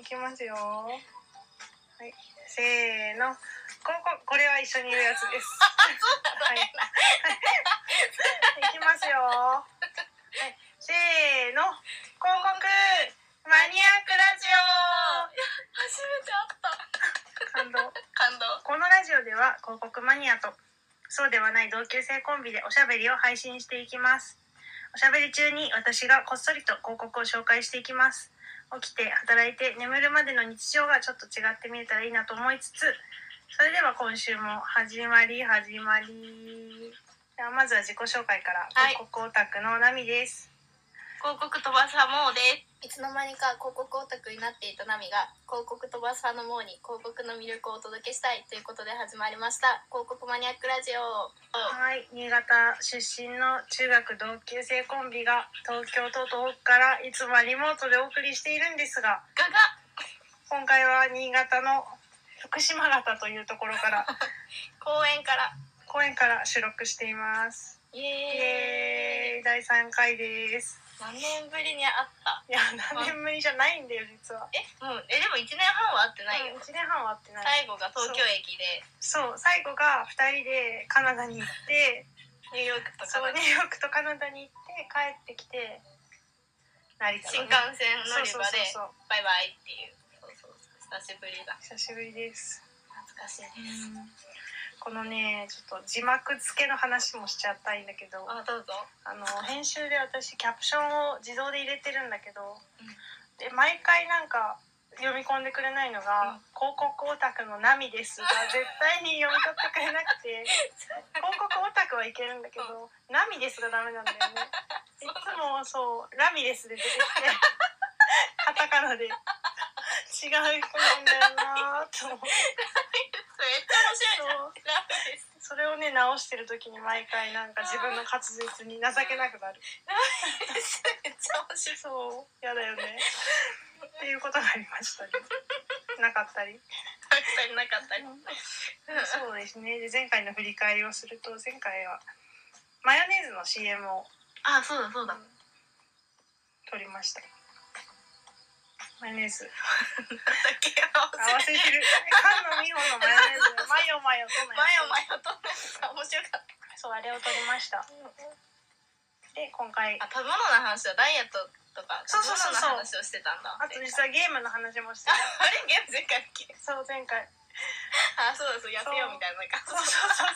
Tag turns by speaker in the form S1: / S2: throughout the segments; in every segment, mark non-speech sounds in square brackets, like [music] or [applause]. S1: いきますよ。はい。せーの。ここ、これは一緒に言うやつです。はい。はいいきますよ。はい。せーの。広告マニアックラジ
S2: 初めて会った
S1: オ感動。
S2: 感動
S1: このラジオでは広告マニアとそうではない同級生コンビでおしゃべりを配信していきますおしゃべり中に私がこっそりと広告を紹介していきます起きて働いて眠るまでの日常がちょっと違って見えたらいいなと思いつつそれでは今週も始まり始まりではまずは自己紹介から
S2: はい
S1: 広告オタクのナミです、
S2: 広告飛ばさもうで
S3: いつの間にか広告オタクになっていたナミが広告飛ばすファンの方に広告の魅力をお届けしたいということで始まりました広告マニアックラジオ
S1: はい、新潟出身の中学同級生コンビが東京と東北からいつもリモートでお送りしているんですが
S2: ガガ
S1: 今回は新潟の福島型というところから
S2: 公園から
S1: 公園から収録しています。イ
S2: イ
S1: エ
S2: エーイ
S1: ーイ第3回です。
S2: 何年ぶりに会った
S1: いや何年ぶりじゃないんだよ実は。
S2: えもうえでも1年半は会ってない
S1: うん
S2: よ、
S1: 一年半は会ってない。
S2: 最後が東京駅で
S1: そう最後が2人でカナダに行って、
S2: ニューヨークと
S1: そう
S2: か
S1: ニ
S2: だ
S1: ューヨークとカナダに行って帰ってきて成田のね
S2: 新幹線乗り
S1: そうそう
S2: 場で
S1: そうそう
S2: バイバイっていう久しぶりだ
S1: 久しぶりです。
S2: 懐かしい
S1: このねちょっと字幕付けの話もしちゃったいんだけど。
S2: あどうぞ
S1: あの編集で私キャプションを自動で入れてるんだけど、
S2: うん
S1: で毎回なんか読み込んでくれないのが
S2: うん
S1: 「広告オタクのナミです」が
S2: [laughs]
S1: 絶対に読み取ってくれなくて広告オタクはいけるんだけど「ナミです」がダメなんだよ
S2: [laughs]
S1: ね。いつもそう「ラミレス」で出てきてカタカナで違う人なんだよなと思って
S2: [laughs] めっちゃ面白いじゃ
S1: そ
S2: ん
S1: う
S2: ラブです
S1: それをね直してる時に毎回なんか自分の滑舌に情けなくなる。
S2: めっちゃ面白い
S1: そう、やだよね。っていうことがありましたね。なかったり。
S2: あったりなかったりう
S1: そうですね。で、前回の振り返りをすると、前回は。マヨネーズの CM を
S2: あそうだそうだ
S1: 撮りました。マヨネーズ。
S2: だっけ
S1: 合
S2: 合
S1: わせてる。菅野美穂のマヨネーズ。マヨマヨとの
S2: 前を
S1: や
S2: 前を取った面白かった
S1: つ。そう、あれを撮りました。で、今回。
S2: あ食べ物の話はダイエットとか
S1: そう
S2: 食
S1: そうそ
S2: べ
S1: う
S2: 物の
S1: そう
S2: 話をしてたんだ
S1: あと
S2: 前回
S1: 実はゲームの話もして
S2: あ
S1: た。
S2: あれゲーム前回だっけ
S1: そう、前回。
S2: あそうだそう痩せようみたいな
S1: そう
S2: 感
S1: そう
S2: じ
S1: そうそう。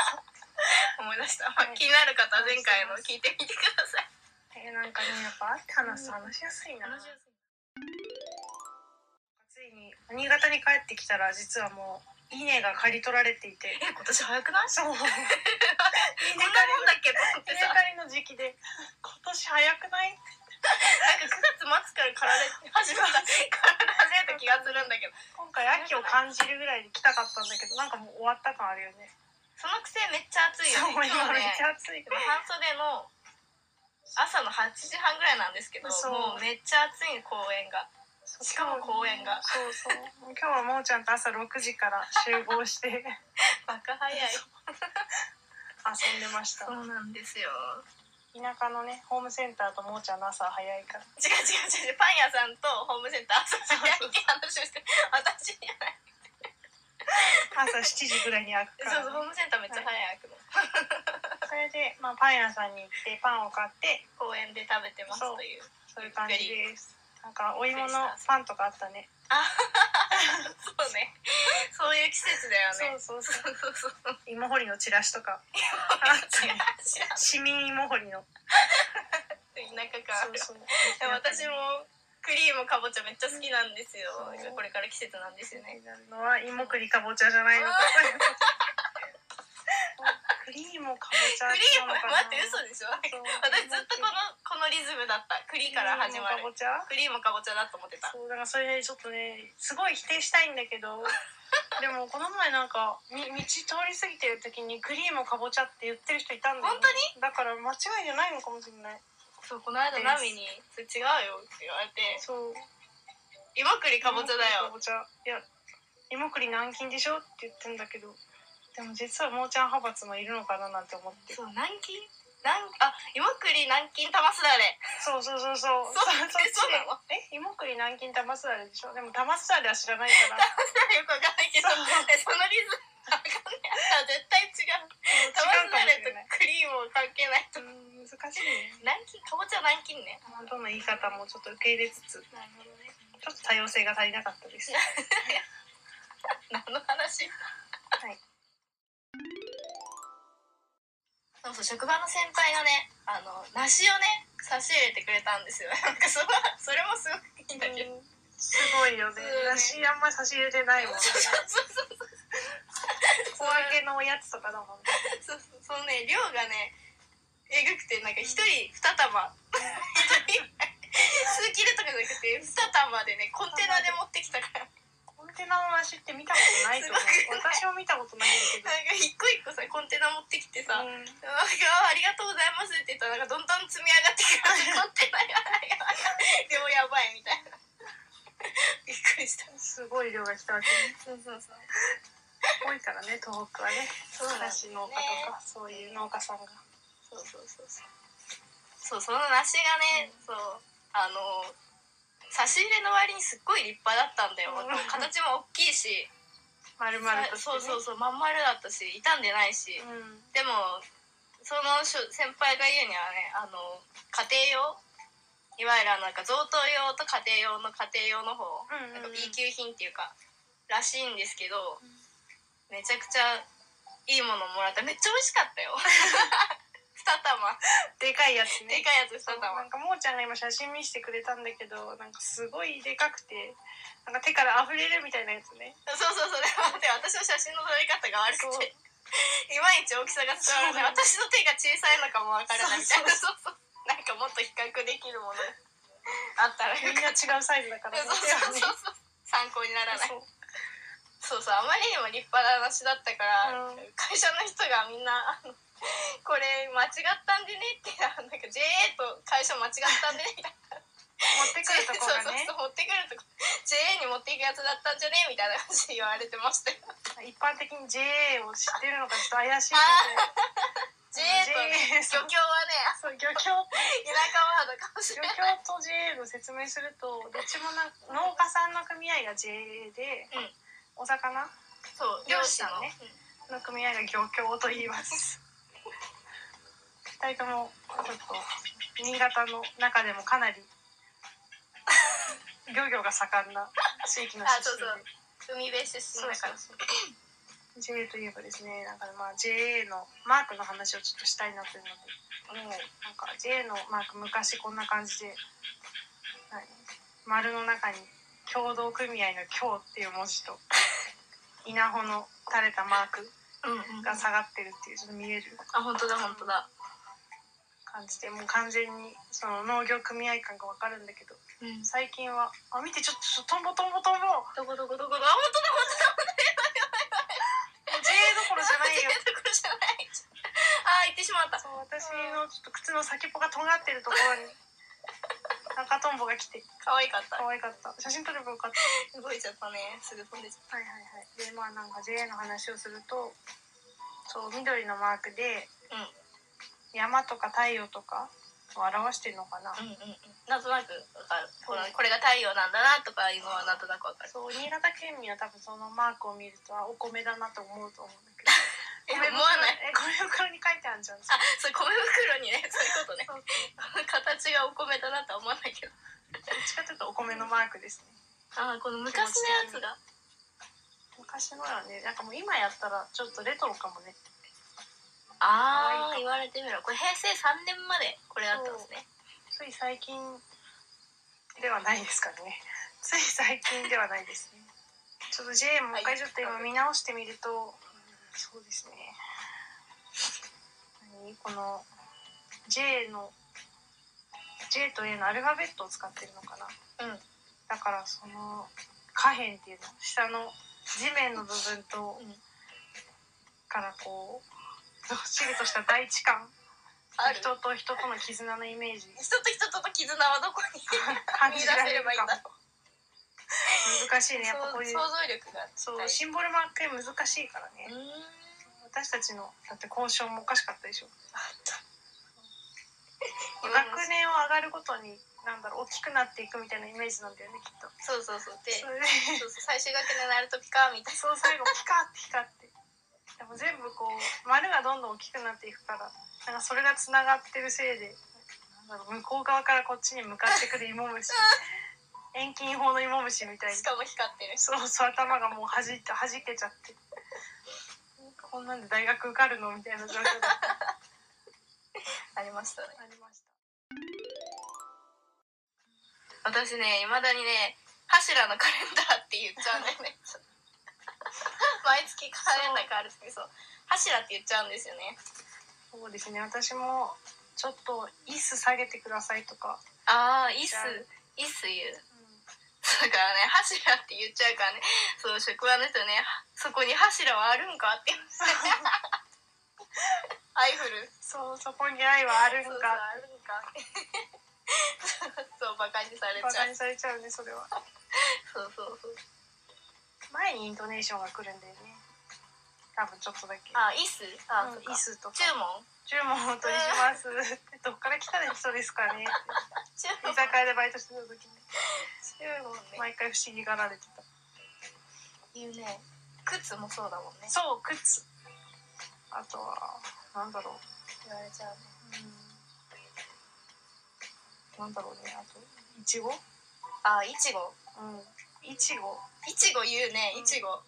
S2: 思い出した、ま
S1: は
S2: あ、
S1: い
S2: 気になる方は前回の聞いてみてください
S1: えーなんかねやっぱ会って話すと話しやすいな、
S2: 話しや
S1: ついに新潟に帰ってきたら実はもう稲が刈り取られてい
S2: [laughs]
S1: て
S2: え今年早くない
S1: そう稲刈
S2: こんなもんだっけと思って
S1: り
S2: さ
S1: 稲
S2: なんか
S1: 刈りの時期で今年早くない
S2: 9月末からかられ始めたかられ始めた気がするんだけど
S1: 今回秋を感じるぐらいで来たかったんだけどなんかもう終わった感あるよね
S2: そのくせめっちゃ暑いよ
S1: そう
S2: ね
S1: 今
S2: 今
S1: め
S2: 日
S1: っ
S2: ね
S1: ちゃ暑い
S2: でも半袖の朝の8時半ぐらいなんですけど
S1: そう
S2: もうめっちゃ暑い公園がしかも公園が
S1: そうそうもう今日はもうちゃんと朝6時から集合して [laughs] 遊ん
S2: バカ早い
S1: でました
S2: そうなんですよ
S1: 田舎のねホームセンターともうちゃんの朝早いから
S2: 違う違う違うパン屋さんとホームセンター朝早いって話をして私じゃない
S1: 朝7時ぐらいに開くから
S2: そうそうホームセンターめっちゃ早くの
S1: それで、まあ、パン屋さんに行ってパンを買って
S2: 公園で食べてますという
S1: そういう感じですなんかお芋のパンとかあったね
S2: そうねそういう季節だよね
S1: そうそう
S2: そうそうそう
S1: 芋掘りのチラシとかあった
S2: 違う違う
S1: ね市民芋掘りの
S2: 田舎
S1: そ
S2: か
S1: うそう
S2: でも私もクリームかぼちゃめっちゃ好きなんですよ
S1: そう
S2: これから季節なんですよね
S1: のは芋栗かぼちゃじゃないのかクリームかぼちゃ
S2: クリーム
S1: なのかな
S2: 待って嘘でしょ
S1: そう
S2: 私ずっとこのこのリズムだったクリから始
S1: クリームか
S2: ま
S1: ぼ
S2: る
S1: ちゃ
S2: クリームかぼちゃだと思ってた
S1: そうだからそれでちょっとねすごい否定したいんだけどでもこの前なんかみ道通り過ぎてる時にクリームかぼちゃって言ってる人いたんだよ、
S2: 本当
S1: にだから間違いじゃないのかもしれない
S2: そうこの間ナミに「それ違うよ」って言われて
S1: そう
S2: 「芋栗かぼちゃだ
S1: か
S2: よ
S1: ぼちゃいや芋栗軟禁でしょって言ってんだけどでも実はもーちゃん派閥もいるのかななんて思っ」て
S2: そう南京なんあ芋栗南京玉すだれ [laughs]
S1: そうそうそうそう。
S2: そうえ
S1: っち
S2: そうなの
S1: え、芋栗南京玉すだれでしょ。でも玉すだれは知らないから。
S2: よくわかんないけどえそのリズムわかんないあ絶対違う
S1: 違う
S2: [laughs] 玉す
S1: かも
S2: だれ
S1: し
S2: と
S1: れない。
S2: クリームは関係ないと
S1: う、
S2: 思うん
S1: 難しいね。
S2: 南京かぼちゃ南京ね
S1: どの言い方もちょっと受け入れつつ、ち
S2: なるほどね
S1: ょっと多様性が足りなかったです。
S2: 何の話
S1: はい。
S2: そうそう職場の先輩がねあの梨をね差し入れてくれたんですよ [laughs] なんかそのそれもすごくいいんだけど、
S1: すごいよね
S2: そう。ね
S1: 梨あんま差し入れてないもん。
S2: そうそうそう
S1: 小分けのおやつとかだもんね。
S2: そうそうそのね量がねえぐくてなんか一人二玉一人数切れとかじゃなくて二玉でねコンテナで持ってきたからなんか
S1: コンテナの梨って見たことないと思う
S2: すご。
S1: 私も見たことないけど。
S2: 一個一個さコンテナ持ってきてさ「なんか
S1: うん
S2: ありがとうございます」って言ったらなんかどんどん積み上がってくるコンテナが量やばいみたいなびっくりした
S1: すごい量が来たわけね。
S2: そうそうそう
S1: 多いからね、東北はね。
S2: そうなんだよね
S1: 梨農家とか、そういう農家さんが。
S2: そうそうそうそうそうその梨がね、そうあの差し入れの割にすっごい立派だったんだよ、
S1: うん
S2: 形も大きいし
S1: 丸々として、ね。
S2: そうそうそうまん丸だったし傷んでないし、
S1: うん。
S2: でもそのしょ先輩が言うにはねあの家庭用いわゆるあのなんか贈答用と家庭用の家庭用の方、
S1: んうんうん
S2: なんか B 級品っていうからしいんですけど、めちゃくちゃいいものもらっためっちゃ美味しかった [laughs] よ二玉
S1: でかいやつ
S2: で
S1: ね。
S2: かいやつ二
S1: そう
S2: 玉
S1: なんかもーちゃんが今写真見せてくれたんだけどなんかすごいでかくてなんか手から溢れるみたいなやつね
S2: そうそうそうでも待って私の写真の撮り方が悪くていまいち大きさが伝わらない私の手が小さいのかもわからないみたいなそうそう [laughs] なんかもっと比較できるものがあったら
S1: みん
S2: よかった
S1: な違うサイズだからね
S2: そうそうそうそう参考にならない
S1: そう
S2: そうそうあまりにも立派な話だったから、
S1: うん
S2: 会社の人がみんなあの「これ間違ったんでね」ってあのなんか JA と会社間違ったんでねみたいな
S1: 持ってくるとこがね
S2: [laughs] そうそうそう持ってくるとこ JA に持っていくやつだったんじゃねみたいな感じで言われてましたよ
S1: 一般的に JA を知ってるのかちょっと怪しいので
S2: JA とね
S1: JA
S2: 漁協はね
S1: そう漁協
S2: 田舎ワードかもし
S1: 漁
S2: れない
S1: 協と JA の説明するとどっちもな農家さんの組合が JA で、
S2: うん
S1: お魚
S2: そう
S1: 漁
S2: 漁
S1: 師
S2: 師
S1: の
S2: の
S1: ね
S2: ね
S1: の組合が漁協と言います。二人ともちょっと新潟の中でもかなり漁業が盛んな地域の
S2: あ
S1: 出
S2: そう
S1: 身
S2: そう
S1: で。
S2: 海辺出身だから
S1: そう JA といえばですね、なんかまあ JA のマークの話をちょっとしたいなというので、もうなんか JA のマーク昔こんな感じで、何丸の中に協同組合の協っていう文字と、 [laughs] 稲穂の垂れたマーク
S2: うん
S1: が下がってるっていうちょっと見える
S2: あ本当だ本当だ
S1: 感じでもう完全にその農業組合感がわかるんだけど
S2: うん
S1: 最近はあ見てちょっとちょっとトンボトンボトンボ
S2: どこどこどこどこあ本当だ本当だ
S1: JA どころじゃないよ
S2: 間違えたこれじゃないあー行ってしまった
S1: そう私のちょっと靴の先っぽがとがってるとこ [laughs] ろに赤トンボが来て
S2: 可愛かった
S1: 可愛かった写真撮ればよかった
S2: 動いちゃったねすぐ飛んでちゃっ
S1: はいはいはいでまあなんか JA の話をするとそう緑のマークで
S2: たうん
S1: 山とか太陽とかを表してるのかな、
S2: うんうんうんなんとなくわかるこのこれが太陽なんだなとかいうのはなんとなくわかる
S1: そう新潟県民は多分そのマークを見るとあお米だなと思うと思うんだけど
S2: え思わない
S1: [laughs] え米袋に書いてあるじゃん
S2: あそう米袋にね [laughs] そういうことね
S1: そうそう
S2: 形がお米だなとは思わないけど
S1: どっちかというとお米のマークですね
S2: ああこの
S1: 昔のやつ
S2: が
S1: 昔のよねなんかもう今やったらちょっとレトロかもね
S2: ああ言われてみればこれ平成3年までこれあったんですね
S1: つい最近ではないですかねつい最近ではないですねちょっと JA もう一回ちょっと今見直してみると、うんそうですね何この J の J と A のアルファベットを使ってるのかな
S2: うん
S1: だからその下辺っていうの下の地面の部分と、
S2: うん
S1: からこうどっしりとした大地感
S2: ある
S1: 人と人との絆のイメージ
S2: 人と人との絆はどこ
S1: [laughs]
S2: に
S1: 感じられる
S2: 見出せればいい
S1: か
S2: ん
S1: も
S2: だ
S1: 難しいねやっぱ
S2: 想
S1: こういう
S2: 想像力が
S1: そう
S2: 大事
S1: シンボルマーク難しいから
S2: うー
S1: ね
S2: ん
S1: 私たちのだって交渉もおかしかったでしょ
S2: あった
S1: [laughs] 学年を上がるごとになんだろう大きくなっていくみたいなイメージなんだよねきっと
S2: そうそうそうで
S1: それで [laughs]
S2: そうそう最終学年になるとピカーみたい
S1: そう最後ピカって光ってでも全部こう丸がどんどん大きくなっていくからなんかそれがつながってるせいでなんだろう向こう側からこっちに向かってくる芋 [laughs] 虫遠近法の芋虫みたい
S2: な
S1: に
S2: しかも光ってるし
S1: そうそう頭がもうはじいてはじけちゃってこんなんで大学受かるのみたいな状況が
S2: ありましたね
S1: ありました
S2: [laughs] 私ねいまだにね柱のカレンダーって言っちゃうんだよね [laughs] 毎月カレンダー変わる時そう柱って言っちゃうんですよね
S1: そうですね私もちょっと椅子下げてくださいとか、
S2: ああ椅子
S1: じゃあ
S2: 椅子言うだからね柱って言っちゃうからねそう職場の人ねそこに柱はあるんかって言うんですよ [laughs] アイフル
S1: そうそこに愛はあるん
S2: そうそう
S1: か
S2: あるんか [laughs] そうバカにされち
S1: バカ
S2: ゃう
S1: にされちゃうねそれは
S2: そうそうそう
S1: 前にイントネーションが来るんだよね多分ちょっとだけ
S2: あ椅子あ、
S1: うん
S2: そう
S1: 椅
S2: か
S1: 子とか
S2: 注文
S1: 注文を取りします
S2: [laughs]
S1: ってどっから来た人ですかねって
S2: 注
S1: 居酒屋でバイトしてた時に
S2: [laughs] 注文ね
S1: 毎回不思議がられてた
S2: 言うね靴もそうだもんね
S1: そう靴あとはなんだろう
S2: 言われちゃうね
S1: うんなんだろうねあといちごう
S2: あいちご
S1: んいち [laughs] ご
S2: いちご言うねいちご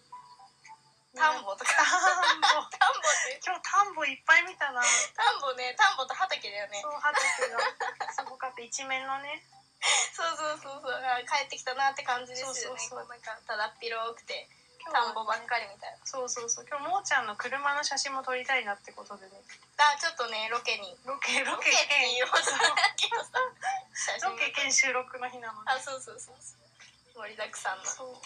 S2: 田
S1: 田
S2: ん
S1: んぼ
S2: ぼとか [laughs]
S1: 田んぼ
S2: 田んぼって
S1: 今日田んぼいっぱい見たな
S2: 田んぼね田んぼと畑だよね
S1: そう畑がすごかった一面のね
S2: そうそうそうそうあ帰ってきたなって感じですよね
S1: そうそうそう
S2: こうなんかただっ広くて
S1: 今日は
S2: 田んぼばっかりみたいな
S1: そうそうそう今日もーちゃんの車の写真も撮りたいなってことでね
S2: あちょっと [laughs] ねロケに
S1: ロケロ
S2: ロケ
S1: ケ
S2: って
S1: 兼
S2: 言おうとしたけどさ写真
S1: ロケ兼収録の日なの
S2: あ
S1: で
S2: そうそうそうそう盛りだくさんの
S1: そう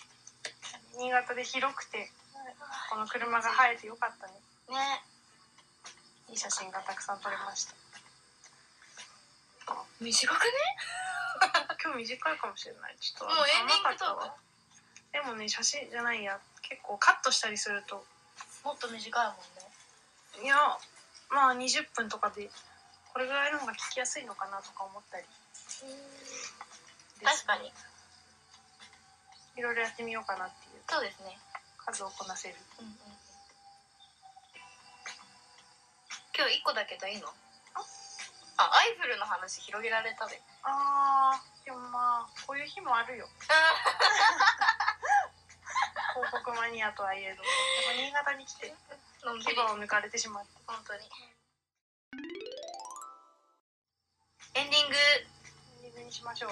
S1: 新潟で広くてこの車が生えてよかったね
S2: ね
S1: いい写真がたくさん撮れました
S2: 短くね
S1: 今日短いかもしれないちょっと
S2: もうエンディング
S1: 甘かったわ
S2: トーク
S1: でもね写真じゃないや結構カットしたりすると
S2: もっと短いもんね
S1: いやまあ20分とかでこれぐらいの方が聞きやすいのかなとか思ったりです
S2: 確かに
S1: いろいろやってみようかなっていう
S2: そうですね
S1: 数をこなせる
S2: うんうん今日一個だけどいいのあアイフルの話広げられ [laughs] たで
S1: あーでもまあこういう日もあるよ広告マニアとはいえどでも新潟に来て
S2: のんび
S1: 牙
S2: り
S1: を抜かれてしまって
S2: 本当にエンディング
S1: エンディングにしましょう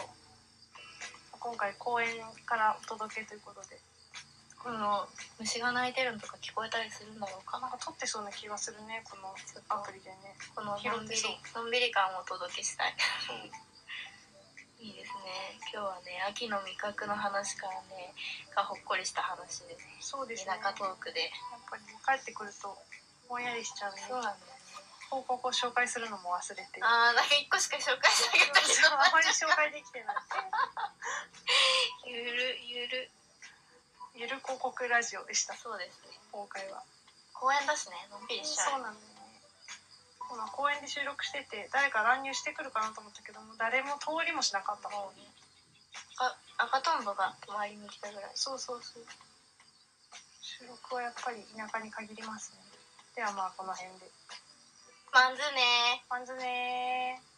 S1: 今回公園からお届けということで
S2: この虫が鳴いてるのとか聞こえたりするんだろうか
S1: な
S2: なん
S1: か撮ってそうな気がするねこのアプリでね
S2: こののんびり
S1: 拾ってそう
S2: のんびり感をお届けしたい [laughs] いいですね今日はね秋の味覚の話からねがほっこりした話で
S1: そうですね
S2: 田
S1: やっぱ
S2: 舎トークで
S1: り帰ってくるとぼんやりしちゃうね
S2: そうなんだよね
S1: 広告を紹介するのも忘れてあ
S2: あーなんか一個しか紹介しなかったけど
S1: んまり紹介できてない
S2: [laughs] ゆるゆる
S1: ゆる広告ラジオでした
S2: そうですね
S1: 今回は
S2: 公園だしねのんびりしちゃ
S1: そう
S2: う
S1: なんだよね今公園で収録してて誰か乱入してくるかなと思ったけどもう誰も通りもしなかったもん
S2: もうねあ赤とんぼが周りに来たぐらい
S1: そうそうそう収録はやっぱり田舎に限りますねではまあこの辺で
S2: まんずねー
S1: まずねー